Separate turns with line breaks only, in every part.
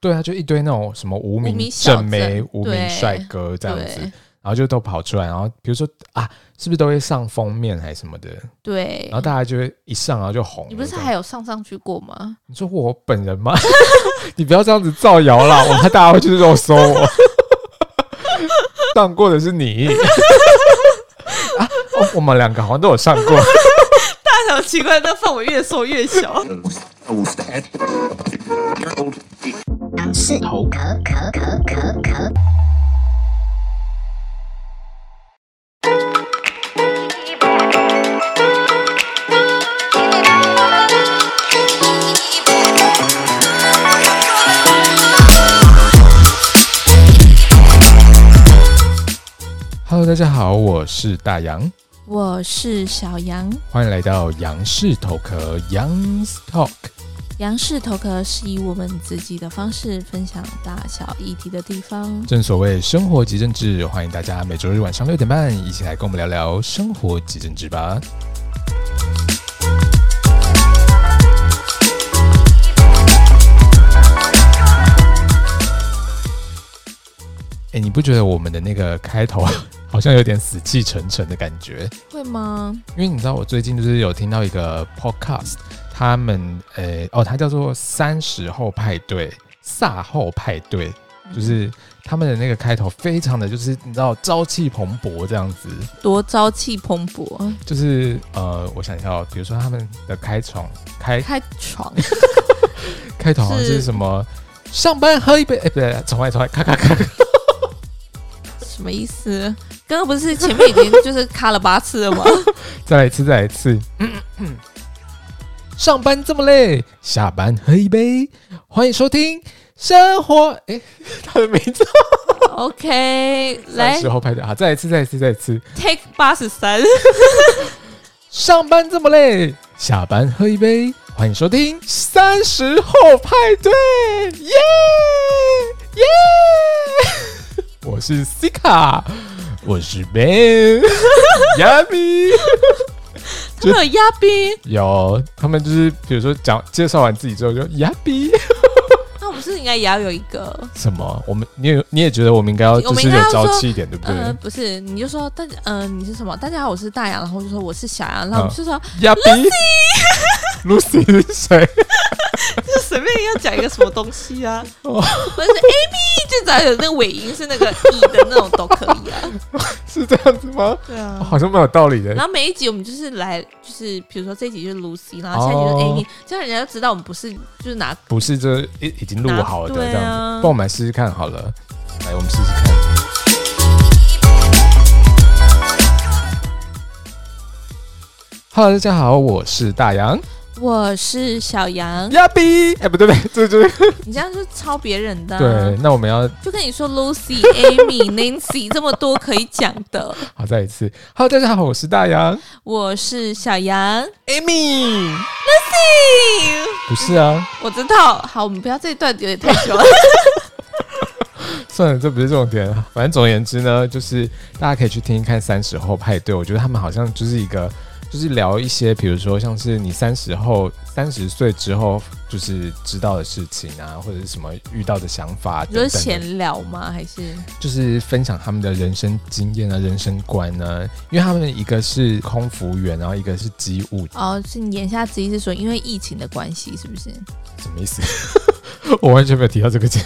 对啊，就一堆那种什么无
无
名
名小
正妹
镇、
无名
对
帅哥这样子，
对
然后就都跑出来，然后比如说啊，是不是都会上封面还是什么的？
对
然后，大家就会一上然后就红了这样。
你不是还有上上去过吗？
你说我本人吗？ 你不要这样子造谣啦，我怕大家会去肉搜我。上过的是 你啊、哦，我们两个好像都有上过。
大小奇怪，那范围越缩越 小。
Hello，大家好，我是大杨，
我是小杨，
欢迎来到杨氏头壳 Young's Talk。
杨氏头壳是以我们自己的方式分享大小议题的地方。
正所谓生活即政治，欢迎大家每周日晚上六点半一起来跟我们聊聊生活即政治吧。哎、你不觉得我们的那个开头好像有点死气沉沉的感觉？
会吗？
因为你知道，我最近就是有听到一个 podcast，他们呃、哦，它叫做“三十后派对”、“萨后派对”，
嗯
就是他们的那个开头非常的就是你知道朝气蓬勃这样子，
多朝气蓬勃，
就是呃，我想一下、哦，比如说他们的开场 开
开床
开头好像是
是
什么上班喝一杯，哎、不对，重来重来，咔咔咔咔，
什么意思？刚刚不是前面已经就是卡了八次 了吗？
再来一次，再来一次。上班这么累，下班喝一杯。欢迎收听生活，哎、他的名字
OK，来
时候拍的好，再来一次，再来一次，再来一次。
take 八十三，
上班这么累，下班喝一杯。欢迎收听三十后派对，耶耶！ 我是 Sika，我是 Ben，亚米。
他们有压逼。
有他们就是比如说讲介绍完自己之后就亚比
那我们是不是应该也要有一个？
什么？我们你也你也觉得我们应该要
我
就
们
是
应该
有
要
朝
说
气一点，对不对？
呃，不是，你就说大家，呃，你是什么？大家好，我是大洋，然后就说我是小杨，然后我
啊
们就说、
亚比 Lucy 是谁？
就随便要讲一个什么东 西啊，
哦
或者是 Amy，就只要有那个尾音是那个 E 的那种都可以啊。
是这样子吗？
对啊。
好像蛮有道理的。
然后每一集我们就是来，就是比如说这一集就是 Lucy，然后下一集就是
哦
Amy，、这样人家就知道我们不是就是拿
不是，这已已经录好的
哪对
这
啊
样子，帮我们来试试看好了。来，我们试试看。Hello，大家好，我是大洋
我是小杨，
亚比。哎，不 对不对，这就是
你这样是抄别人的、啊。
对。，那我们要
就跟你说 Lucy、Amy、Nancy 这么多可以讲的，
好再一次。Hello，大家好，我是大洋
我是小杨
Amy。
Lucy。
不是啊，
我知道，好，我们不要这一段有点太久了。
算了，这不是重点。啊 反正总而言之呢，就是大家可以去听一看三十后派对。我觉得他们好像就是一个，就是聊一些，比如说像是你三十后、三十岁之后，就是知道的事情啊，或者是什么遇到的想法
你
等
说
等
是
的，
闲聊吗？还是
就是分享他们的人生经验啊、人生观啊。因为他们一个是空服员，然后一个是机务，
哦，是你言下之意是说因为疫情的关系，是不是？
什么意思？ 我完全没有提到这个件，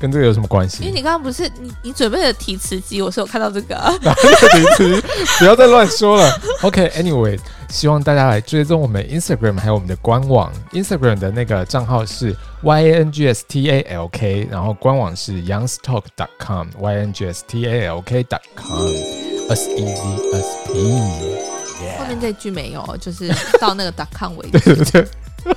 跟这个有什么关系？
因为你刚刚不是你你准备的提词机，我是有看到这个啊、
哪里有名词？不要再乱说 了。OK，Anyway，、希望大家来追踪我们 Instagram 还有我们的官网。Instagram 的那个账号是 yangstaLk，然后官网是 youngstalk.com，yangstaLk.com。As easy as p。
后面这句没有，就是到那个 dot com 为止。
对对对。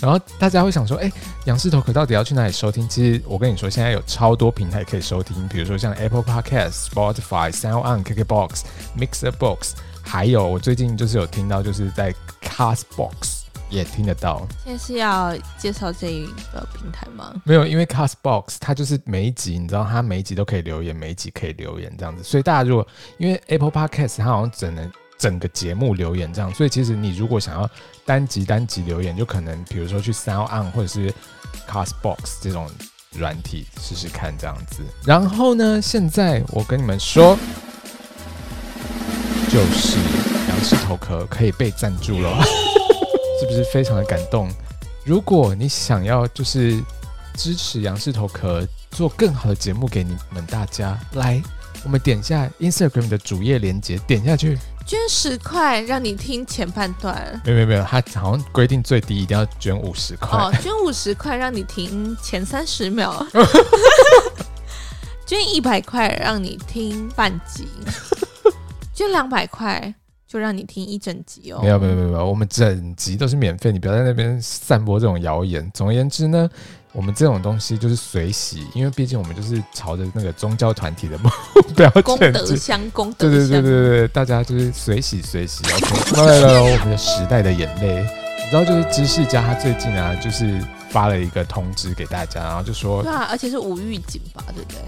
然后大家会想说，哎、杨氏头壳到底要去哪里收听？其实我跟你说，现在有超多平台可以收听，比如说像 Apple Podcast、Spotify、Sound On、KKBox、Mixer Box，还有我最近就是有听到，就是在 Castbox 也听得到。
现在是要介绍这一个平台吗？
没有，因为 Castbox 它就是每一集，你知道它每一集都可以留言，每一集可以留言这样子。所以大家如果因为 Apple Podcast 它好像只能整个节目留言这样，所以其实你如果想要单集单集留言，就可能比如说去 Sound On 或者是 Castbox 这种软体试试看这样子。然后呢，现在我跟你们说，就是杨氏头壳可以被赞助了， 是不是非常的感动？如果你想要就是支持杨氏头壳做更好的节目给你们大家，来，我们点一下 Instagram 的主页连接，点下去。
捐十块让你听前半段，
没有没有没有，他好像规定最低一定要捐五十块。
哦，捐五十块让你听前三 十秒，捐一百块让你听半集，捐两百块就让你听一整集哦。
没有没有没有没有，我们整集都是免费，你不要在那边散播这种谣言。总而言之呢，我们这种东西就是随喜，因为毕竟我们就是朝着那个宗教团体的目 标
功
前
德
进。
箱，功德
对对对
箱，
对对，对大家就是随喜随喜。OK，来来来，我们的时代的眼泪，你知道就是知识家他最近啊，就是发了一个通知给大家，然后就说
对啊，而且是无预警吧，对不对？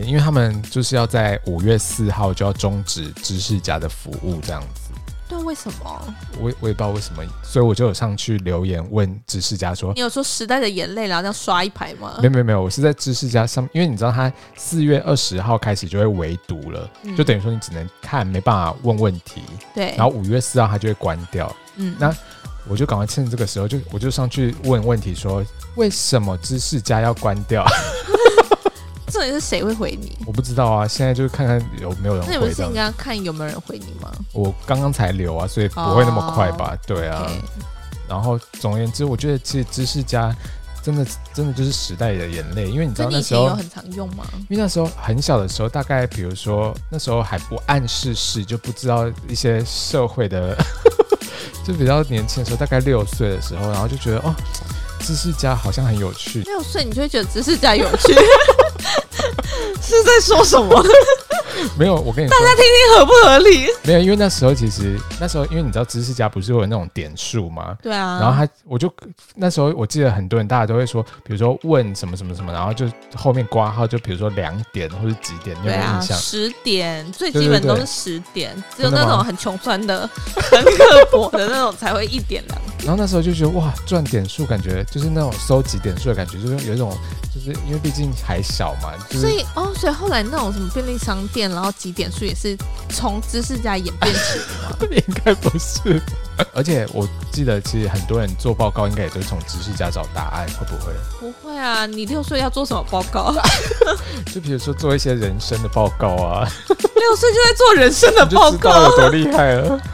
对，因为他们就是要在五月四号就要终止知识家的服务这样子。
对啊，为什么？
我也我也不知道为什么，所以我就有上去留言问知识家说
你，有说时代的眼泪，然后这样刷一排吗？
没有没有没有，我是在知识家上，因为你知道他四月二十号开始就会围读了，
嗯
就等于说你只能看，没办法问问题，
对，
然后五月四号他就会关掉，
嗯，
那我就赶快趁这个时候就我就上去问问题说，为什么知识家要关掉？
重点是谁会回你？
我不知道啊，现在就看看有没有人
那你不
回
是
这
应
样。
该看有没有人回你吗？
我刚刚才留啊，所以不会那么快吧？对啊。
哦 OK
然后总而言之，我觉得其实知识家真的真的就是时代的眼泪，因为你知
所以
道
你
那
以
时
前
候
有很常用吗？
因为那时候很小的时候，大概比如说那时候还不谙世事，就不知道一些社会的， 就比较年轻的时候，大概六岁的时候，然后就觉得哦，知识家好像很有趣。
六岁你就会觉得知识家有趣， 是 在说什么？
没有，我跟你说，
你合不合理？
没有，因为那时候其实那时候因为你知道知识家不是会有那种点数吗？
对啊，
然后他，我就那时候我记得很多人，大家都会说，比如说问什么什么什么，然后就后面挂号，就比如说两点或者几点，你有没
对
有
啊，
印象？
十点最
对
基
对
本
对
都是十点，只有
真的
那
吗
种很穷酸的、 很刻薄的那种才会一点啊两点。
然后那时候就觉得哇，赚点数感觉就是那种收集点数的感觉，就是有一种，就是因为毕竟还小嘛，就是
所以哦，所以后来那种什么便利商店，然后几点数也是从知识家演 变 起
应该不是。而且我记得，其实很多人做报告应该也都是从知识家找答案，会不会？
不会啊，你六岁要做什么报告？
就比如说做一些人生的报告啊，
六岁就在做人 生的
你
报
就知道
告
有，多厉害了。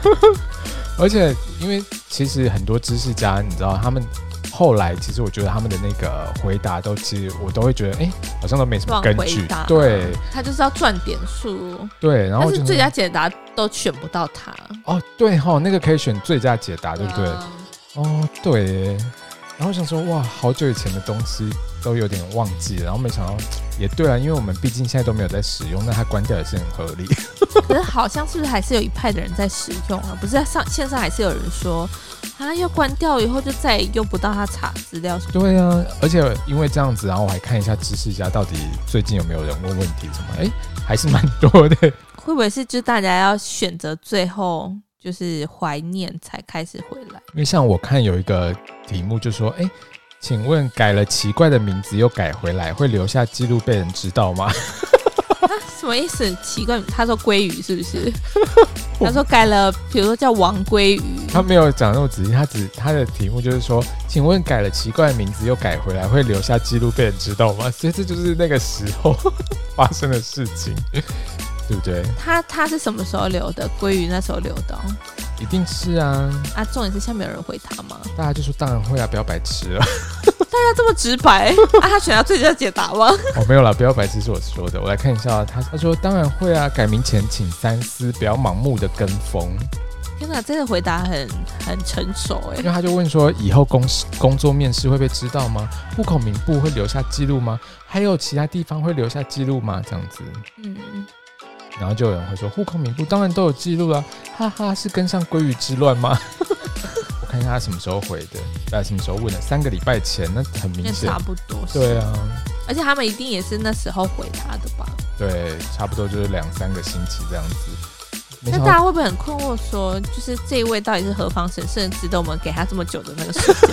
而且，因为其实很多知识家，你知道他们。后来，其实我觉得他们的那个回答都，其实我都会觉得，哎、好像都没什么
乱
根
回
据
答。。
对
他就是要赚点数，
对，然后
但
我就是
最佳解答都选不到他，
哦，对哈、那个可以选最佳解答，对不对？
啊
哦，对耶。然后想说，哇，好久以前的东西都有点忘记了，然后没想到，也对啊，因为我们毕竟现在都没有在使用，那它关掉也是很合理。
可是好像是不是还是有一派的人在使用啊？不是在上线上还是有人说啊，要关掉以后就再也用不到他查资料什么。
对啊，而且因为这样子，然后我还看一下知识家到底最近有没有人问问题什么，哎，还是蛮多的。
会不会是就大家要选择最后就是怀念才开始回来？
因为像我看有一个题目就说，哎，请问改了奇怪的名字又改回来，会留下记录被人知道吗？
什么意思？奇怪，他说鲑鱼是 不是？他说改了，比如说叫王鲑鱼，
他没有讲那么仔细，他只他的题目就是说，请问改了奇怪的名字又改回来，会留下记录被人知道吗？ 所以这就是那个时候 发生的事情，对不对？
他他是什么时候留的？鲑鱼那时候留的哦、
一定是啊，
啊。重点是下面有人回他 吗？
大家就说当然会啊，不要白痴了。
他这么直白啊？他选到最佳解答吗？
哦，没有啦，不要白痴是我说的，我来看一下，啊他他说当然会啊，改名前请三思，不要盲目的跟风。
天哪，这个回答很很成熟哎
因。为他就问说，以后公司工作面试会被知道吗？户口名簿会留下记录吗？还有其他地方会留下记录吗？这样子。
嗯，
然后就有人会说，户口名簿当然都有记录啦，哈哈，是跟上鲑鱼之乱吗？ 我看一下他什么时候回的，呃，什么时候问的？三个礼拜前，那很
那
明显
差。不多是。
对啊，
而且他们一定也是那时候回他的吧？
对，差不多就是两三个星期这样子。没
那
想
大
到，
家会不会很困惑说，就是这一位到底是何方神圣，值得我们给他这么久的那个时间？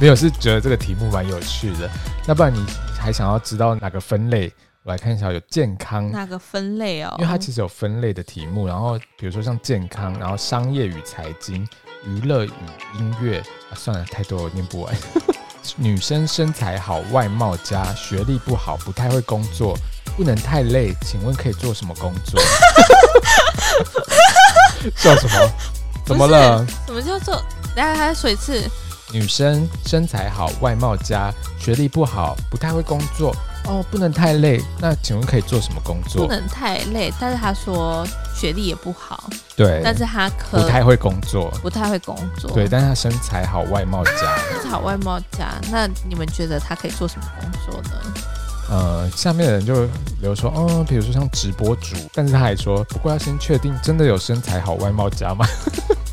没有是觉得这个题目蛮有趣的。那不然你还想要知道哪个分类，我来看一下有健康，
哪个分类哦？
嗯因为它其实有分类的题目，然后比如说像健康，然后商业与财经、娱乐与音乐，啊、算了，太多我念不完。 女生身材好、外貌佳、学历不好、不太会工作、不能太累，请问可以做什么工作？笑什么？怎么了？
什么叫做？来来来，水次，
女生身材好、外貌佳、学历不好、不太会工作哦，不能太累。那请问可以做什么工
不
作？
能太累，但是他说学历也不好，
对，
但是哦他
不
可
太会工作。
不太会工作，
对，，但是她身材好，外貌佳。
是好外貌家。那你们觉得他可以做什么工作呢？
呃，下面的人就留说，哦，比如说像直播主，但是他还说，不过要先确定真的有身材好、外貌佳吗？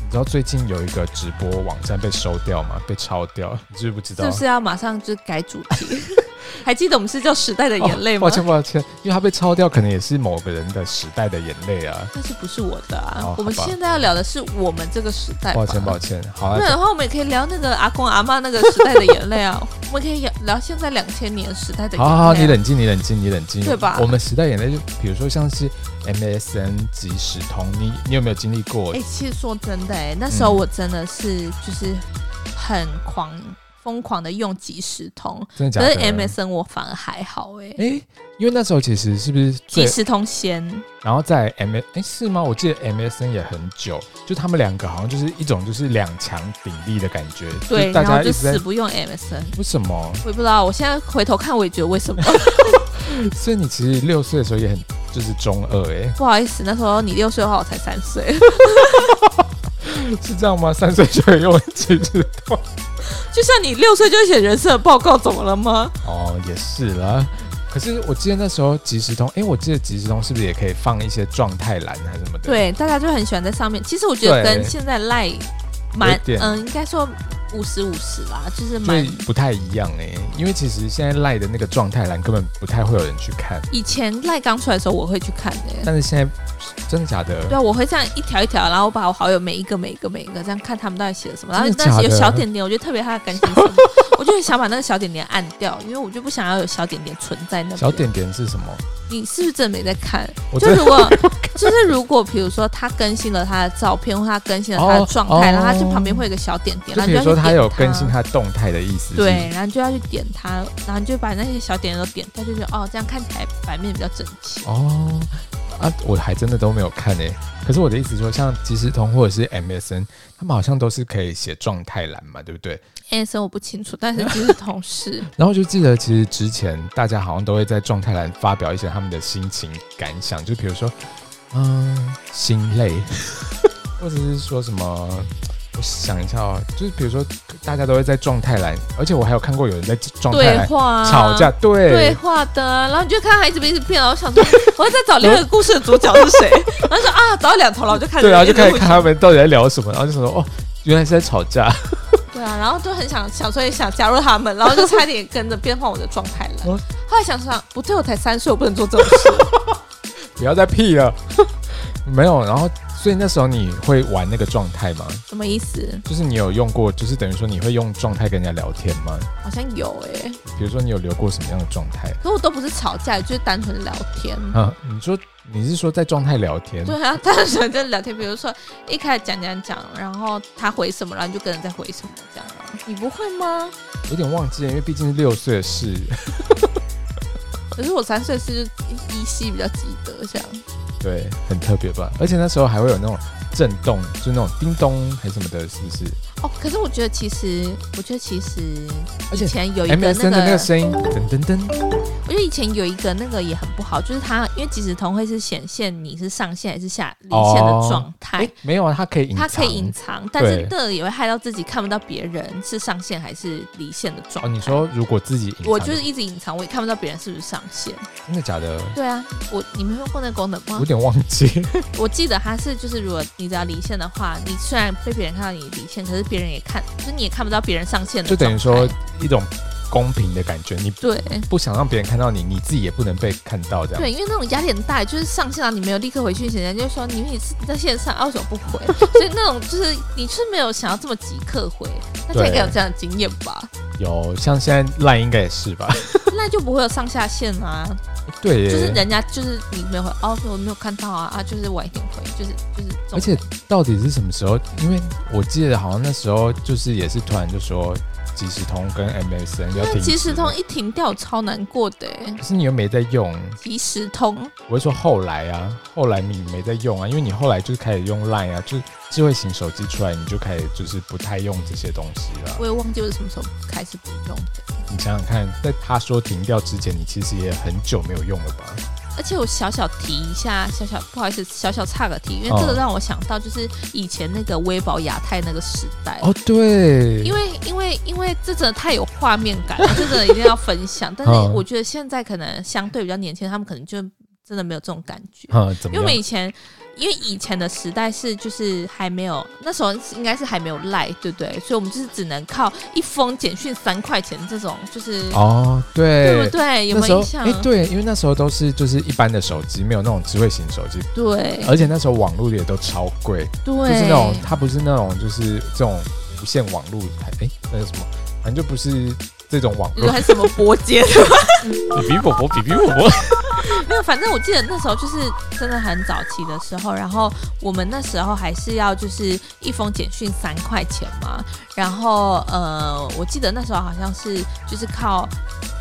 你知道最近有一个直播网站被收掉吗？被抄掉，你知不知道？
是不是要马上就改主题？ 还记得我们是叫《时代的眼泪》
哦
吗
抱？歉抱歉，因为它被抄掉，可能也是某个人的时代的眼泪啊。
但是不是我的啊？
哦
我们
好吧
现在要聊的是我们这个时代。
抱歉抱。歉，好啊
不，然的话，我们也可以聊那个阿公阿妈那个时代的眼泪啊。 我们可以聊现在两千年时代的眼泪、
好
啊。
好好，你冷静，你冷静，你冷静，
对吧
我们时代眼泪就比如说像是 MSN 即时通，你你有没有经历过？
哎、其实说真的、哎，那时候我真的是就是很狂疯狂的用即时通，
真的假
可
的
是 MSN 我反而还好、哎、
哎、因为那时候其实是不是最
即，时通先，
然后在 M 哎、是吗？我记得 MSN 也很久，就他们两个好像就是一种就是两强鼎立的感觉，就
对，
是大
然
家
后
一直
就
在
死不用 MSN。
为什么？
我也不知道，我现在回头看，我也觉得为什 么？哦嗯
所以你其实六岁的时候也很就是中二哎、
不好意思，那时候你六岁的话，我才三岁，
是这样吗？三岁就可以用即时通？
就像你六岁就写人生的报告，怎么了吗？
哦，也是啦。可是我记得那时候即时通，哎、我记得即时通是不是也可以放一些状态栏还是什么的？，
对，大家就很喜欢在上面。其实我觉得
对
跟现在赖蛮
有点
嗯，应该说五十五十啦，就是蛮
就不太一样哎、因为其实现在赖的那个状态栏根本不太会有人去看，
以前赖刚出来的时候，我会去看的、
但是现在真的假的？
对啊，我会这样一条一条，然后我把我好友每一个、每一个、每一个这样看他们到底写了什么。然后
真的
那些
假
有
的
小点点，我觉得特别他的 感情什么，我就很想把那个小点点按掉，因为我就不想要有小点点存在那边。
小，点点是什么？
你是不是真的没在看？
我
就
真的
如果 就是如果比如说他更新了他的照片，或他更新了他的
哦
状态，然后他
哦
就旁边会有一个小点点，
就
然后
比
你
如
就
说
要去
他
点
有更新他动态的意思，是不是
对，，然后就要去点它，然后你就把那些小点都点掉，就觉得哦，这样看起来版面比较整齐。
哦，啊，我还真的都没有看诶、可是我的意思说，像即时通或者是 MSN，他们好像都是可以写状态栏嘛，对不对？
a n 哎我不清楚， 但是就是同事，
然后就记得，其实之前大家好像都会在状态栏发表一些他们的心情感想，就比如说，嗯，心累， 或者是说什么。我想一下哦，就是比如说，大家都会在状态栏，而且我还有看过有人在状态
对
栏
话啊、
吵架，
对话的啊，然后你就看他一直变一直变，然后我想说，我要再找另外一个故事的主角是 谁，然后说啊，找到两头了，我就开始
对，然后
一直
就开始
互
看他们到底在聊什么，然后就想说哦，原来是在吵架。
对啊，然后就很想想说也想加入他们，然后就差点也跟着变换我的状态了
哦。
后来想想，不对，我才三岁，我不能做这种事。
不要再屁了。 没有，然后所以那时候你会玩那个状态吗？
什么意思？
就是你有用过，就是等于说你会用状态跟人家聊天吗？
好像有哎、
比如说你有留过什么样的状态？
可我都不是吵架，就是单纯聊天。
啊，你说你是说在状态聊天？
嗯对啊， 单纯在聊天，比如说一开始讲讲讲，然后他回什么，然后你就跟着再回什么这样啊。你不会吗？
有点忘记了，因为毕竟是六岁的 事。
可是我三岁是依稀比较记得这样。
对，很特别吧？而且那时候还会有那种震动，就那种叮咚还是什么的，是不是？
哦，可是我觉得其实，我觉得其实
而
以
且
前有一个
M
那
S
个，
N 的那个声音，噔噔噔，
我觉得以前有一个那个也很不好，就是它因为即时通会是显现你是上线还是下离线的状态。
哎，没有啊，它可哦以隐
它
藏，
可以隐藏，但是
对
那个也会害到自己看不到别人是上线还是离线的状态。
哦，你说如果自己隐藏，
我就是一直隐藏，我也看不到别人是不是上线。
真的假的？
对啊，我你没用过那个功能
我
吗
有？点忘 记。
我记得它是就是，如果你只要离线的话，你虽然被别人看到你离线，可是别人也看，就是你也看不到别人上线的
就
状态。
等于说一种公平的感觉，你
对，
不想让别人看到你，你自己也不能被看到这样。
对，因为那种压力很大，就是上线了啊你没有立刻回去，人家就说你你是在线上，啊为什么不 回？ 所以那种就是你是没有想要这么即刻回，大家应该有这样的经验吧？
有像现在烂应该也是 吧？
那就不会有上下限啊，
对耶，
就是人家就是你没有回哦，我没有看到啊啊，就是晚一点回，就是就是这种
而且到底是什么时候？因为我记得好像那时候就是也是突然就说即时通跟 MSN 要停
但
止，
即时通一停掉，超难过的欸。
可是你又没在用，
即时通，
我会说后来啊，后来你没在用啊，因为你后来就是开始用 Line 啊，就是智慧型手机出来，你就开始就是不太用这些东西了。
我也忘记我是什么时候开始不用的。
你想想看，在他说停掉之前，你其实也很久没有用了吧？
而且我小小提一下，小小不好意思，小小岔个题，因
哦
为这个让我想到就是以前那个微保亚太那个时代。
哦，对，
因为因为因为这真的太有画面感了，这真的一定要分享。但是
嗯
我觉得现在可能相对比较年轻，他们可能就真的没有这种感觉。
嗯，怎
因
么
为我们
样？
以前，因为以前的时代是就是还没有，那时候应该是还没有赖，对不对？所以我们就是只能靠一封简讯三块钱这种，就是、
哦，
对不对？有
那
没
时
有
候
印，象？
哎、对，因为那时候都是就是一般的手机，没有那种智慧型手机，
对
而且那时候网络也都超贵，
对，
呃就是那种它不是那种就是这种无线网络，哎、那是什么？反正就不是这种网
你说
络。
还是什么伯杰的 吧？
比比我我比比我 我，
没有，反正我记得那时候就是真的很早期的时候，然后我们那时候还是要就是一封简讯三块钱嘛，然后呃，我记得那时候好像是就是靠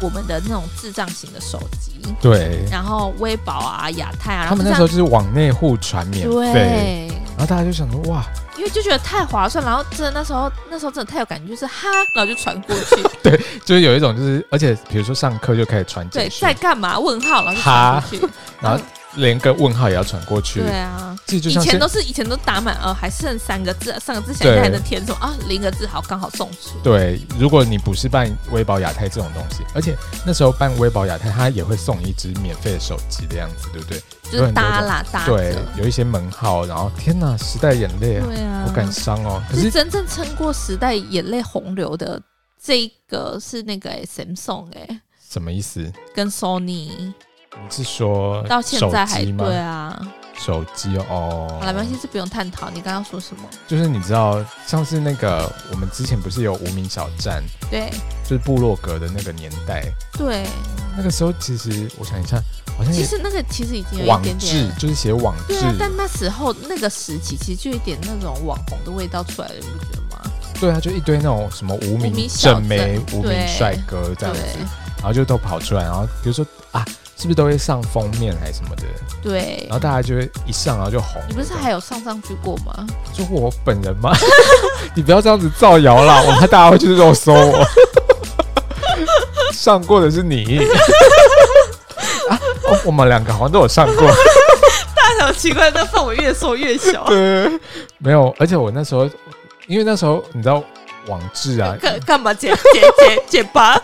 我们的那种智障型的手机，
对
然后微保啊、亚太啊，然
他
后
们
就
那时
这
候就
样
是往内互传免费，
对，
然后大家就想说哇，
因为就觉得太划算，然后真的那时候那时候真的太有感觉，就是哈，然后就传 过去，
就是有一种就是，而且比如说上课就开始传
对，
简讯
在，干嘛？问号，然后就传过去，
然后连个问号也要传过去，
对啊。
这就
以
像
前
是
都是以前都打满呃，还剩三个字，三个字想
对
在还能填什么啊？零个字好，刚好送出。
对，如果你不是办微保亚太这种东西，而且那时候办微保亚太，它也会送你一只免费的手机的样子，对不对？
就是搭啦搭
对
着。，
有一些门号，然后天哪，时代眼泪，
对啊，
好感伤哦。可
就是
是
真正撑过时代眼泪洪流的这一个是那个、欸、Samsung 哎、
什么意思？
跟 Sony
你是说
到现在
呃
还
手机吗？
对啊。
手机哦，
好了，没关系，这不用探讨。你刚刚说什么？
就是你知道，像是那个我们之前不是有无名小站，
对
就是部落格的那个年代，
对，
那个时候其实我想一下，好像
其
也
实那个其实已经有
网
一点
志
点。
就是写网志
对，啊，但那时候那个时期，其实就有一点那种网红的味道出来了，你不觉得吗？
对啊，就一堆那种什么无
无
名
名小
正妹、
镇
无名
对
帅哥这样子，
对
然后就都跑出来，然后比如说啊，是不是都会上封面还是什么的，
对
然，后大家就会一上然后就红了。
你不是还有上上去过吗？
就我本人吗？ 你不要这样子造谣啦，我怕大家会去肉搜我。 上过的是你 啊、哦，我们两个好像都有上过。
好奇怪，那范围越缩越小
对，没有，而且我那时候，因为那时候你知道网志 啊，
干干嘛剪剪剪剪吧？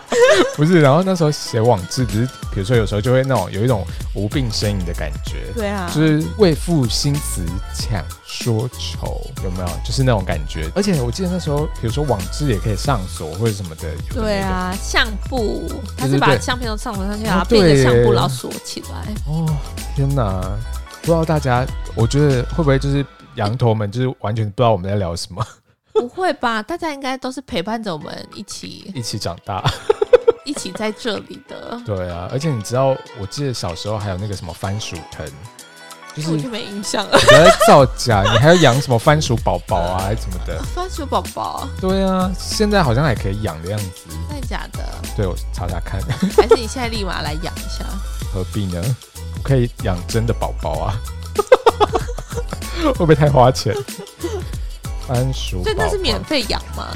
不是，然后那时候写网志，不是，比如说有时候就会那种有一种无病呻吟的感觉，
对啊，
就是为赋新词强说愁，有没有？就是那种感觉。而且我记得那时候，比如说网志也可以上锁或者什么的，有的
对
没的。
啊，相簿，他
对对
是把
对
相片都上传上去，
哦
然后变一
对
个相
耶
簿，然后锁起来。
哦，天哪！不知道大家，我觉得会不会就是羊头们，就是完全不知道我们在聊什么，
不会吧？大家应该都是陪伴着我们一起
一起长大。
一起在这里的，
对啊，而且你知道，我记得小时候还有那个什么番薯藤，就是
我
你
就没印象了。
不要再造假，你还要养什么番薯宝宝啊，还是什么 的。
番薯宝宝，
对啊，现在好像还可以养的样子。
真的假的？
对，我查查看，
还是你现在立马来养一 下？
何必呢？我可以养真的宝宝啊， 会不会太花钱？番薯宝宝，
所以那是免费养吗？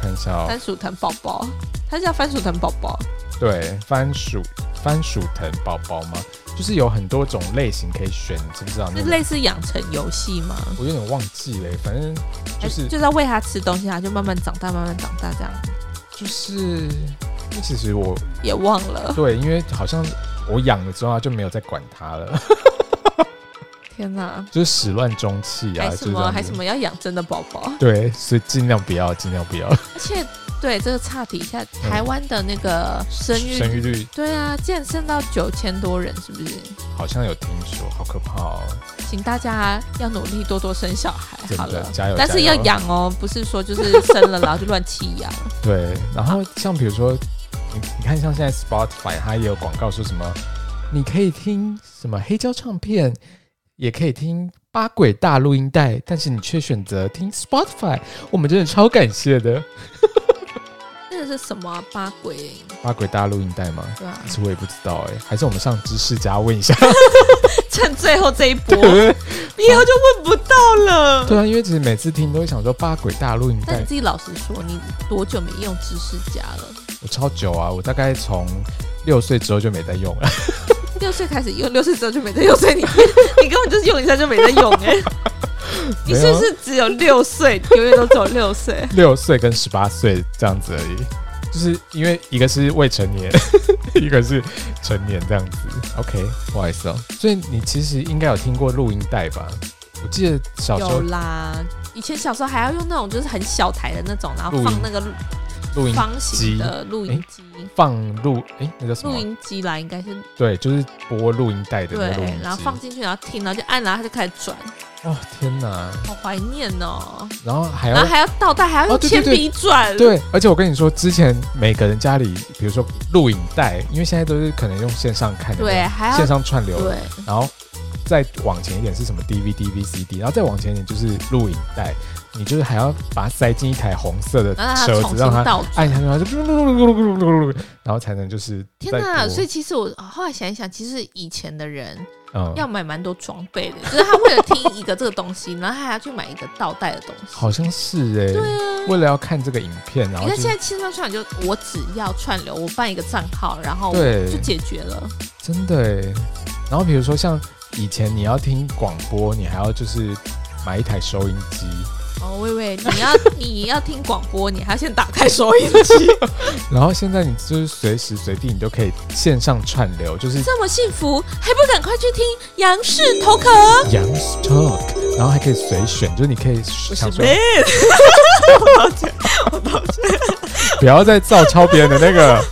看一下哦。
番薯藤宝宝，它叫番薯藤宝宝。
对，番薯番薯藤宝宝吗？就是有很多种类型可以选，你知不知道？
是
那
类似养成游戏吗？
我有点忘记了，反正就是
就是要喂它吃东西，它就慢慢长大，慢慢长大这样。
就是，因为其实我
也忘了，
对，因为好像我养了之后它就没有再管它了，
天哪！
就是始乱终弃啊，
还
就是
什
这样
么
子
还什么要养真的宝宝，
对，所以尽量不要，尽量不要。
而且对这个岔题一下，台湾的那个生育
嗯生育率
对啊，竟然剩到九千多人，是不是？
好像有听说，好可怕哦！
请大家要努力多多生小孩，
真的
好了，
加油
但是
加
要
油
养哦，不是说就是生了然后就乱弃养。
对，然后像比如说，你你看像现在 Spotify 它也有广告说什么，你可以听什么黑胶唱片，也可以听八轨大录音带，但是你却选择听 Spotify，我们真的超感谢的。
那个是什么啊、八鬼？
八轨大录音带吗？
对啊吧
其？实我也不知道哎、还是我们上知识家问一下。
趁最后这一波，以后就问不到 了。
对啊，因为其实每次听都会想说八轨大录音
但
带
你，自己老实说，你多久没用知识家了？
我超久啊，我大概从六岁之后就没再用了。
六岁开始用，六岁之后就没在用，所以你你根本就是用一下就没在用哎、 你是
啊
不是只有六岁，永远都只有六岁？
六岁跟十八岁这样子而已，就是因为一个是未成年， 一个是成年这样子。OK，不好意思哦。所以你其实应该有听过录音带吧？我记得 小时
有
候
啦，以前小时候还要用那种就是很小台的那种，然后
录音
放那个
录音
方形的录音机，
放录，诶，那叫什
录、
么？
音机啦，应该是
对，就是播录音带的那
对
个录音，
然后
机。
放进去，然后听，然后就按，然后它就开始转，
哦天哪！
好怀念哦。
然后还
然
要
后还要倒带，还要
哦
用
对
铅
对
笔转、
对，而且我跟你说，之前每个人家里，比如说录影带，因为现在都是可能用线上看的嘛，
对还要
线上串流，
对
然后再往前一点是什么 DVD、VCD，然后再往前一点就是录影带，你就是还要把它塞进一台红色的
然后它
车
重
子，
新
让它
倒
按下去，然后就然后才能就是
天
再
呐！
播
所以其实我哦后来想一想，其实以前的人
嗯，
要买蛮多装备的，就是他为了听一个这个东西， 然后他还要去买一个倒带的东西。
好像是哎、
对啊，
为了要看这个影片，然
你
后
看
就
现在线上串流，就我只要串流，我办一个账号，然后
对
就解决了。
真的哎、然后比如说像以前你要听广播，你还要就是买一台收音机。
哦，喂喂，你 要你要听广播，你还要先打开收音机，
然后现在你就是随时随地你都可以线上串流，就是
这么幸福，还不赶快去听杨氏头壳？
Young Talk，然后还可以随选，就是你可以
不
想
是
说
man
不要再照抄别人的那 个。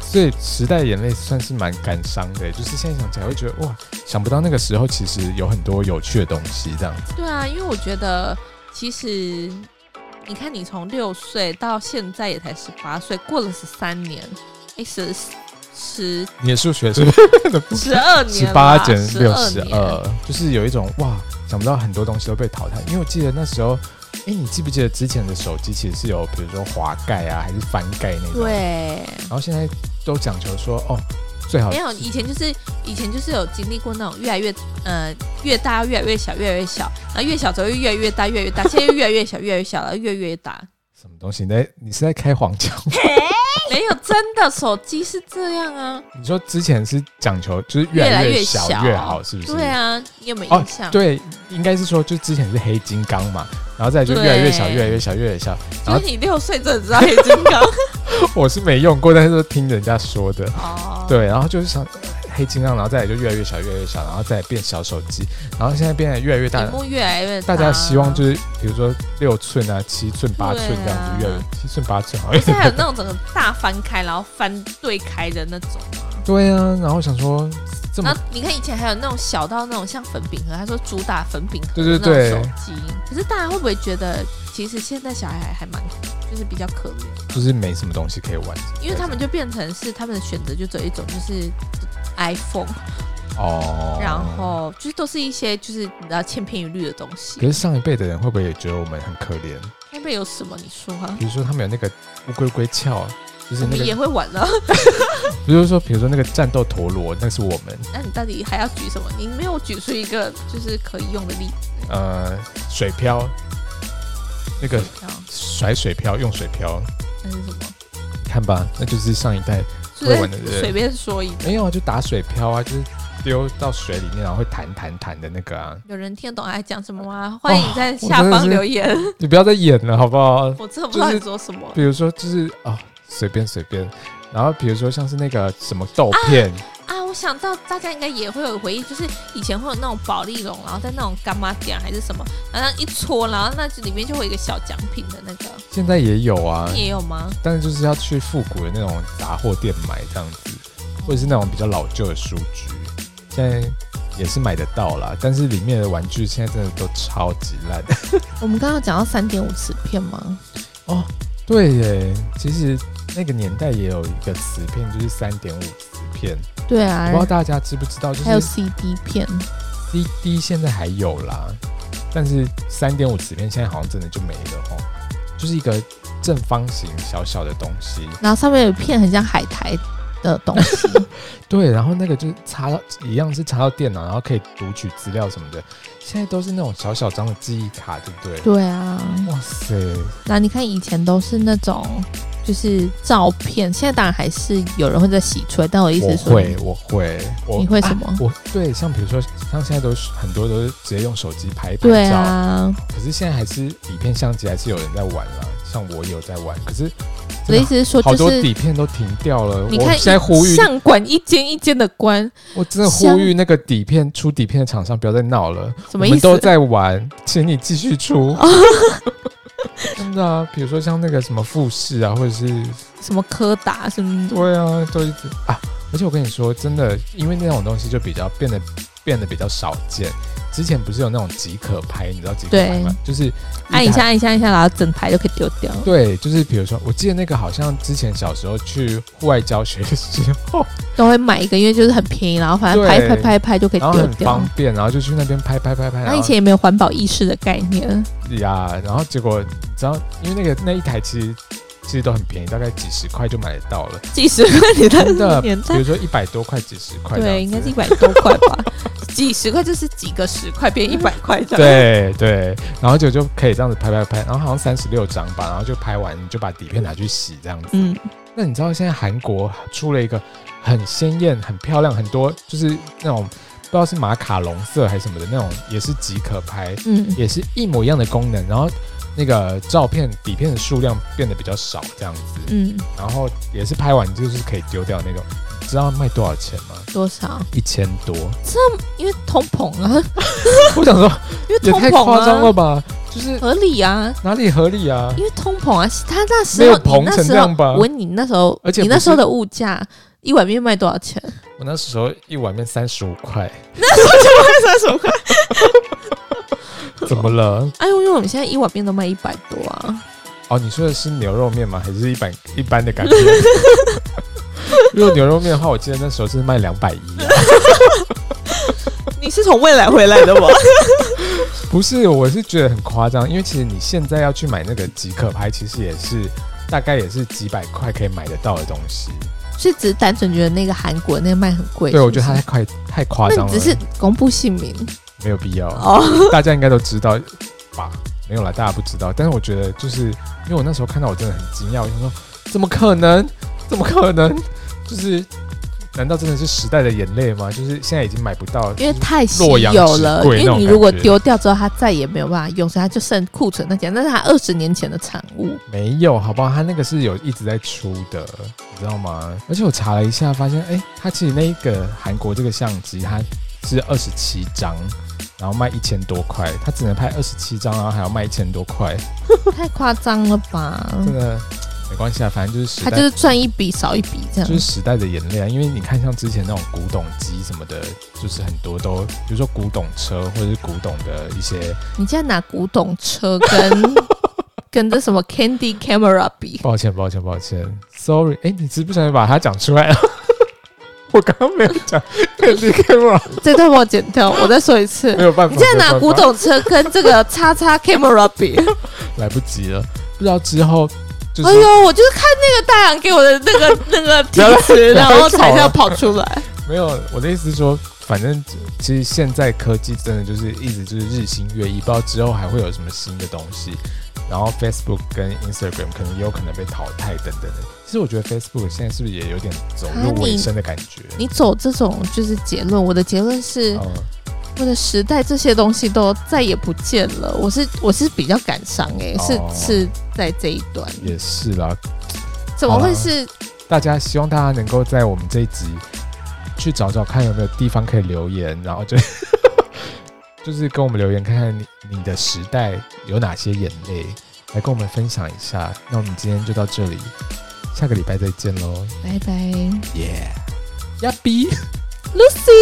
所以时代眼泪算是蛮感伤的，就是现在想起来会觉得哇，想不到那个时候其实有很多有趣的东西这样子。
对啊，因为我觉得其实你看，你从六岁到现在也才十八岁，过了十三年，哎，十十
你的数学是不是
十二
十
年啦，
八减六十
12年，
二，就是有一种哇，想不到很多东西都被淘汰。因为我记得那时候，哎、你记不记得之前的手机其实是有比如说滑盖啊，还是翻盖那种？。
对，
然后现在都讲求说哦，最好
没有以前就是以前就是有经历过那种越来越呃越大越来越小越来越小，然后越小之后又越来越大越来越大，现在又越来越小越来越小，然后越来越大，
什么东西？你在你是在开黄腔？
没有真的手机是这样啊，
你说之前是讲求就是越
越来
越
小
小越好，是不是？
对。啊，你有没有
哦
印象？，
对，应该是说，就之前是黑金刚嘛，然后再来就越来越小，
对
越来越小，越来越小。 然
就
后
是你六岁真的知道黑金刚
我是没用过，但是都听人家说的。
哦，
对，然后就是想哎黑金刚，然后再来就越来越小，越来越小，然后再来变小手机，然后现在变得越来越大
屏。幕越来越
大家希望就是是比如说六寸啊、七寸、八寸这样子，
对
越来
啊
越七寸、八寸好像。
现在有那种整个大翻开，然后翻对开的那种啊。
对啊，然后想说这么
然后你看以前还有那种小到那种像粉饼盒，他说主打粉饼盒
对对
的那
对
种手机，可是大家会不会觉得其实现在小孩还蛮就是比较可怜，
就是没什么东西可以玩，
因为他们就变成是他们的选择就只有一种就是 iPhone，、
哦，
然后就是都是一些就是你知道千篇一律的东西
可。是上一辈的人会不会也觉得我们很可怜？
那边有什么？你说啊？
比如说他们有那个乌龟龟壳，就是那
我们也
个，
会玩啊，
比如说比如说那个战斗陀螺，那是我们
那你到底还要举什么？你没有举出一个就是可以用的例子。
呃水漂，那个
然后
甩水漂用水漂，
那是什么？
看吧，那就是上一代
就
会玩的
是随
人
便说一个，
没有啊，就打水漂啊，就是丢到水里面然后会弹弹弹的那个啊，
有人听得懂爱讲什么吗？欢迎在下方留 言。
你不要再演了好不好？
我真的不知道你说什么。
比如哦说就是啊随便随便，然后比如说像是那个什么豆片，
啊，
我想到大家应该也会有回忆，就是以前会有那种保利龙，然后在那种干妈点还是什么，然后一搓，然后那里面就会有一个小奖品的那个，
现在也有啊，
你也有吗？
但是就是要去复古的那种杂货店买这样子，或者是那种比较老旧的书局，现在也是买得到啦。但是里面的玩具现在真的都超级 烂。
我们刚刚有讲到三点五磁片吗？
哦，对耶，其实那个年代也有一个磁片，就是三点五磁片，
对
我
啊
不知道大家知不知道，就
还有
是
CD 片，
CD 现在还有啦，但是三点五磁片现在好像真的就没了哦，就是一个正方形小小的东西。
然后上面有一片很像海苔的东 西，
对，然后那个就是插到一样是插到电脑，然后可以读取资料什么的。现在都是那种小小张的记忆卡，对不对？
对啊。
哇塞，
那你看以前都是那种就是照片，现在当然还是有人会在洗出来，但我意思
我
是说，
会，我会，我
你会什么
啊我对，像比如说，像现在都是很多都是直接用手机拍一拍
对
照，
啊，
可是现在还是底片相机还是有人在玩啦，像我也有在玩，可是
我的意思是说，
啊好
就
多
是
底片都停掉了。
你
我
看
现在呼吁，
像管一间一间的关，
我真的呼
像
吁那个底片出底片的厂商不要再闹了，
什么
我
意
们都
思？
在玩，请你继续 出。真的啊，比如说像那个什么富士啊，或者是
什么柯达什么？
对啊，都一直啊。而且我跟你说，真的，因为那种东西就比较变得变得比较少见。之前不是有那种即可拍，你知道即可拍吗？就是
按一下，按一下，按一下，然后整台就可以丢掉。
对，就是比如说，我记得那个好像之前小时候去户外教学的 时候，
都会买一个，因为就是很便宜，然后反正拍一
对
拍拍一拍就可以
然后
丢
很
掉
方。便，然啊后就去那边拍拍拍拍。
那
然
以
后
前也没有环保意识的概 念，
呀，然后结果你知道，因为那个那一台其实其实都很便宜，大概几十块就买得到了，
几十块你的
真 的，
年
比
代
如，说一百多块、几十块这样子，
对，应该是一百多块吧， 几十块就是几个十块变一百块这样。
对对，然后就就可以这样子拍拍拍，然后好像三十六张吧，然后就拍完你就把底片拿去洗这样子。
嗯，
那你知道现在韩国出了一个很鲜艳、很漂亮、很多就是那种不知道是马卡龙色还是什么的那种，也是即可拍，
嗯，
也是一模一样的功能，然后那个照片底片的数量变得比较少这样子，
嗯，
然后也是拍完就是可以丢掉那种。你知道卖多少钱吗？
多少？
一千多。
因为通膨啊，
我想说
因
也
为通
太
膨
夸张了
啊，
吧，就是
合理啊，
哪里合理啊？
因为通膨啊，他那时
没
候
有膨
你那
成
时
这样吧
候，我问你那时候，
而且
你
不
那时候
是
的物价一碗面卖多少钱？
我那时候一碗面三十五 块，
三十块。
怎么了？
哎呦，因为我们现在一碗面都卖一百多啊，
哦，你说的是牛肉面吗？还是一般一般的感觉？ 如果牛肉面的话，我记得那时候是卖两百一 啊。
你是从未来回来的吗？
不是，我是觉得很夸张，因为其实你现在要去买那个即可拍，其实也是大概也是几百块可以买得到的东西。
是只是单纯觉得那个韩国那个卖很贵。
对，
是
我
不
觉得
是
它太快太夸
那
张
你
了，
只是公布姓名
没有必要。
哦，
大家应该都知道吧？没有啦，大家不知道。但是我觉得，就是因为我那时候看到，我真的很惊讶，我想说，怎么可能？怎么可能？就是，难道真的是时代的眼泪吗？就是现在已经买不到，
因
就
为
是
太稀
洛阳
有
纸
了。
贵
因
那
为
种
你如果
感觉
丢掉之后，它再也没有办法用，所以它就剩库存那件，那是它二十年前的产 物。
没有，好不好？它那个是有一直在出的，你知道吗？而且我查了一下，发现，哎、它其实那一个韩国这个相机，它是二十七张。然后卖一千多块，它只能拍二十七张，然后还要卖一千多块，
太夸张了吧？
真的没关系啊，反正就是时
它
代
就是赚一笔少一笔这样。
就是时代的眼泪啊，因为你看像之前那种古董机什么的，就是很多都，比如说古董车或者是古董的一些，
你现在拿古董车 跟跟这什么 Candy Camera 比，
抱歉抱歉抱歉，sorry，哎、你是不小心把它讲出来了， 我刚刚没有讲 Candy Camera，
这段帮我剪掉，我再说一次
没。有办法，
你现
没
在
有
拿
办法
古董车跟这个叉叉 Camera 比，
来不及了，不知道之后就是、
哎呦，我就是看那个大洋给我的那 个那个提词，
不要
然
再
后才
吵啊
要
了
跑出 来。
没有，我的意思是说，反正其实现在科技真的就是一直就是日新月异，不知道之后还会有什么新的东西。然后 Facebook 跟 Instagram 可能也有可能被淘汰等等的。其实我觉得 Facebook 现在是不是也有点走入尾声的感觉？
你走这种就是结论，我的结论是，
嗯，
我的时代这些东西都再也不见了。我是我是比较感伤哎、
哦
是是在这一段，
也是啦。
怎么
好啦
会是
大家希望大家能够在我们这一集去找找看有没有地方可以留言，然后就 就是跟我们留言，看看你你的时代有哪些眼泪，来跟我们分享一下。那我们今天就到这里，下个礼拜再见喽，
拜拜
耶、呀逼！
，Lucy。